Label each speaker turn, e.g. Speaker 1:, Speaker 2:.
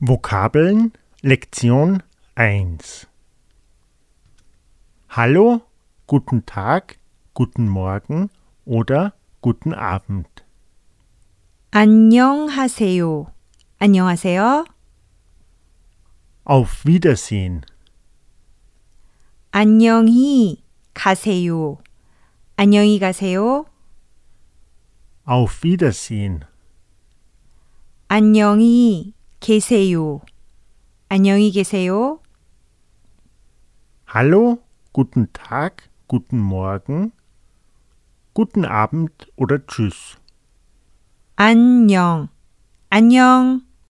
Speaker 1: Vokabeln Lektion 1 Hallo, guten Tag, guten Morgen oder guten Abend.
Speaker 2: 안녕하세요. 안녕하세요.
Speaker 1: Auf Wiedersehen.
Speaker 2: 안녕히 가세요. 안녕히 가세요.
Speaker 1: Auf Wiedersehen.
Speaker 2: 안녕히 계세요. 안녕히 계세요.
Speaker 1: Hallo, guten Tag, guten Morgen, guten Abend oder Tschüss.
Speaker 2: 안녕. 안녕.